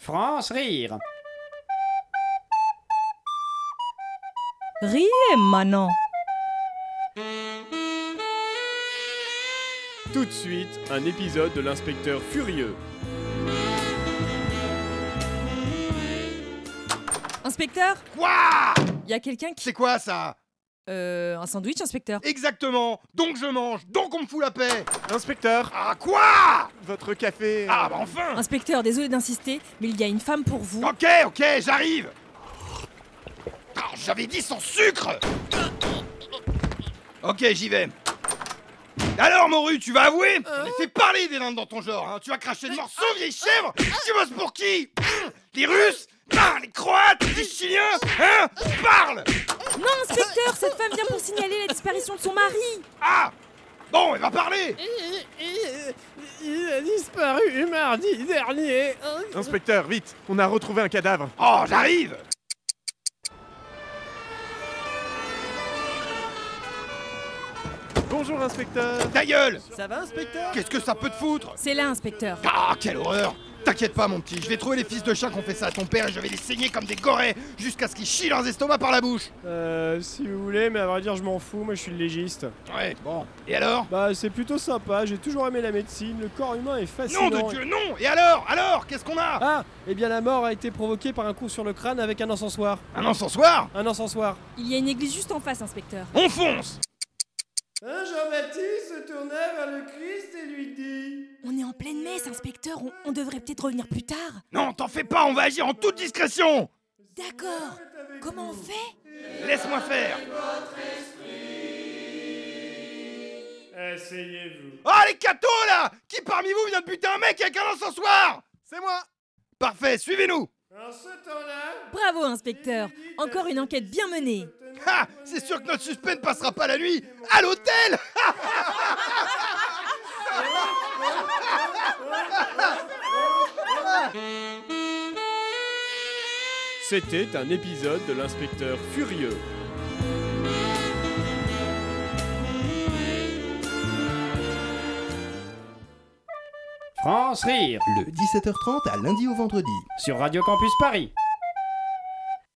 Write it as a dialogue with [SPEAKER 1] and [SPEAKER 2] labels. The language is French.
[SPEAKER 1] France Rire.
[SPEAKER 2] Riez, Manon
[SPEAKER 3] Tout de suite, un épisode de l'inspecteur furieux.
[SPEAKER 2] Inspecteur
[SPEAKER 4] Quoi
[SPEAKER 2] Il y a quelqu'un qui...
[SPEAKER 4] C'est quoi ça
[SPEAKER 2] Euh, un sandwich, inspecteur
[SPEAKER 4] Exactement Donc je mange, donc on me fout la paix
[SPEAKER 3] Inspecteur,
[SPEAKER 4] Ah quoi
[SPEAKER 3] votre café. euh,
[SPEAKER 4] Ah bah enfin
[SPEAKER 2] Inspecteur, désolé d'insister, mais il y a une femme pour vous.
[SPEAKER 4] Ok, ok, j'arrive Ah, J'avais dit sans sucre Ok, j'y vais. Alors, Moru, tu vas avouer On fait parler des lindes dans ton genre, hein Tu vas cracher le morceau, vieille chèvre Tu bosses pour qui Les Russes Ah, Les Croates Les Chiliens Hein Parle
[SPEAKER 2] Non, inspecteur, cette femme vient pour signaler la disparition de son mari
[SPEAKER 4] Ah Bon, elle va parler
[SPEAKER 5] Il a disparu mardi dernier.
[SPEAKER 3] Inspecteur, vite, on a retrouvé un cadavre.
[SPEAKER 4] Oh, j'arrive
[SPEAKER 3] Bonjour, inspecteur.
[SPEAKER 4] Ta gueule
[SPEAKER 5] Ça va, inspecteur
[SPEAKER 4] Qu'est-ce que ça peut te foutre
[SPEAKER 2] C'est là, inspecteur.
[SPEAKER 4] Ah, quelle horreur T'inquiète pas, mon petit, je vais trouver les fils de chat qui ont fait ça à ton père et je vais les saigner comme des gorées jusqu'à ce qu'ils chient leurs estomacs par la bouche
[SPEAKER 5] Euh, si vous voulez, mais à vrai dire, je m'en fous, moi je suis le légiste.
[SPEAKER 4] Ouais, bon. Et alors
[SPEAKER 5] Bah, c'est plutôt sympa, j'ai toujours aimé la médecine, le corps humain est fascinant.
[SPEAKER 4] Non de Dieu, non Et alors Alors Qu'est-ce qu'on a
[SPEAKER 5] Ah Eh bien, la mort a été provoquée par un coup sur le crâne avec un encensoir.
[SPEAKER 4] Un encensoir
[SPEAKER 5] Un encensoir.
[SPEAKER 2] Il y a une église juste en face, inspecteur.
[SPEAKER 4] On fonce
[SPEAKER 5] Un Jean-Baptiste se tourna vers le Christ et lui dit
[SPEAKER 2] On est en pleine messe, inspecteur, on, on devrait peut-être revenir plus tard.
[SPEAKER 4] Non, t'en fais pas, on va agir en toute discrétion
[SPEAKER 2] D'accord. Comment on fait
[SPEAKER 4] Laisse-moi faire
[SPEAKER 5] Asseyez-vous.
[SPEAKER 4] Ah, les cathos, là Qui parmi vous vient de buter un mec avec un encensoir
[SPEAKER 3] C'est moi.
[SPEAKER 4] Parfait, suivez-nous
[SPEAKER 5] En ce temps-là.
[SPEAKER 2] Bravo, inspecteur. Encore une enquête bien menée.
[SPEAKER 4] Ah C'est sûr que notre suspect ne passera pas la nuit à l'hôtel
[SPEAKER 3] C'était un épisode de l'inspecteur furieux.
[SPEAKER 1] France Rire
[SPEAKER 6] Le 17h30 à lundi au vendredi.
[SPEAKER 1] sur Radio Campus Paris.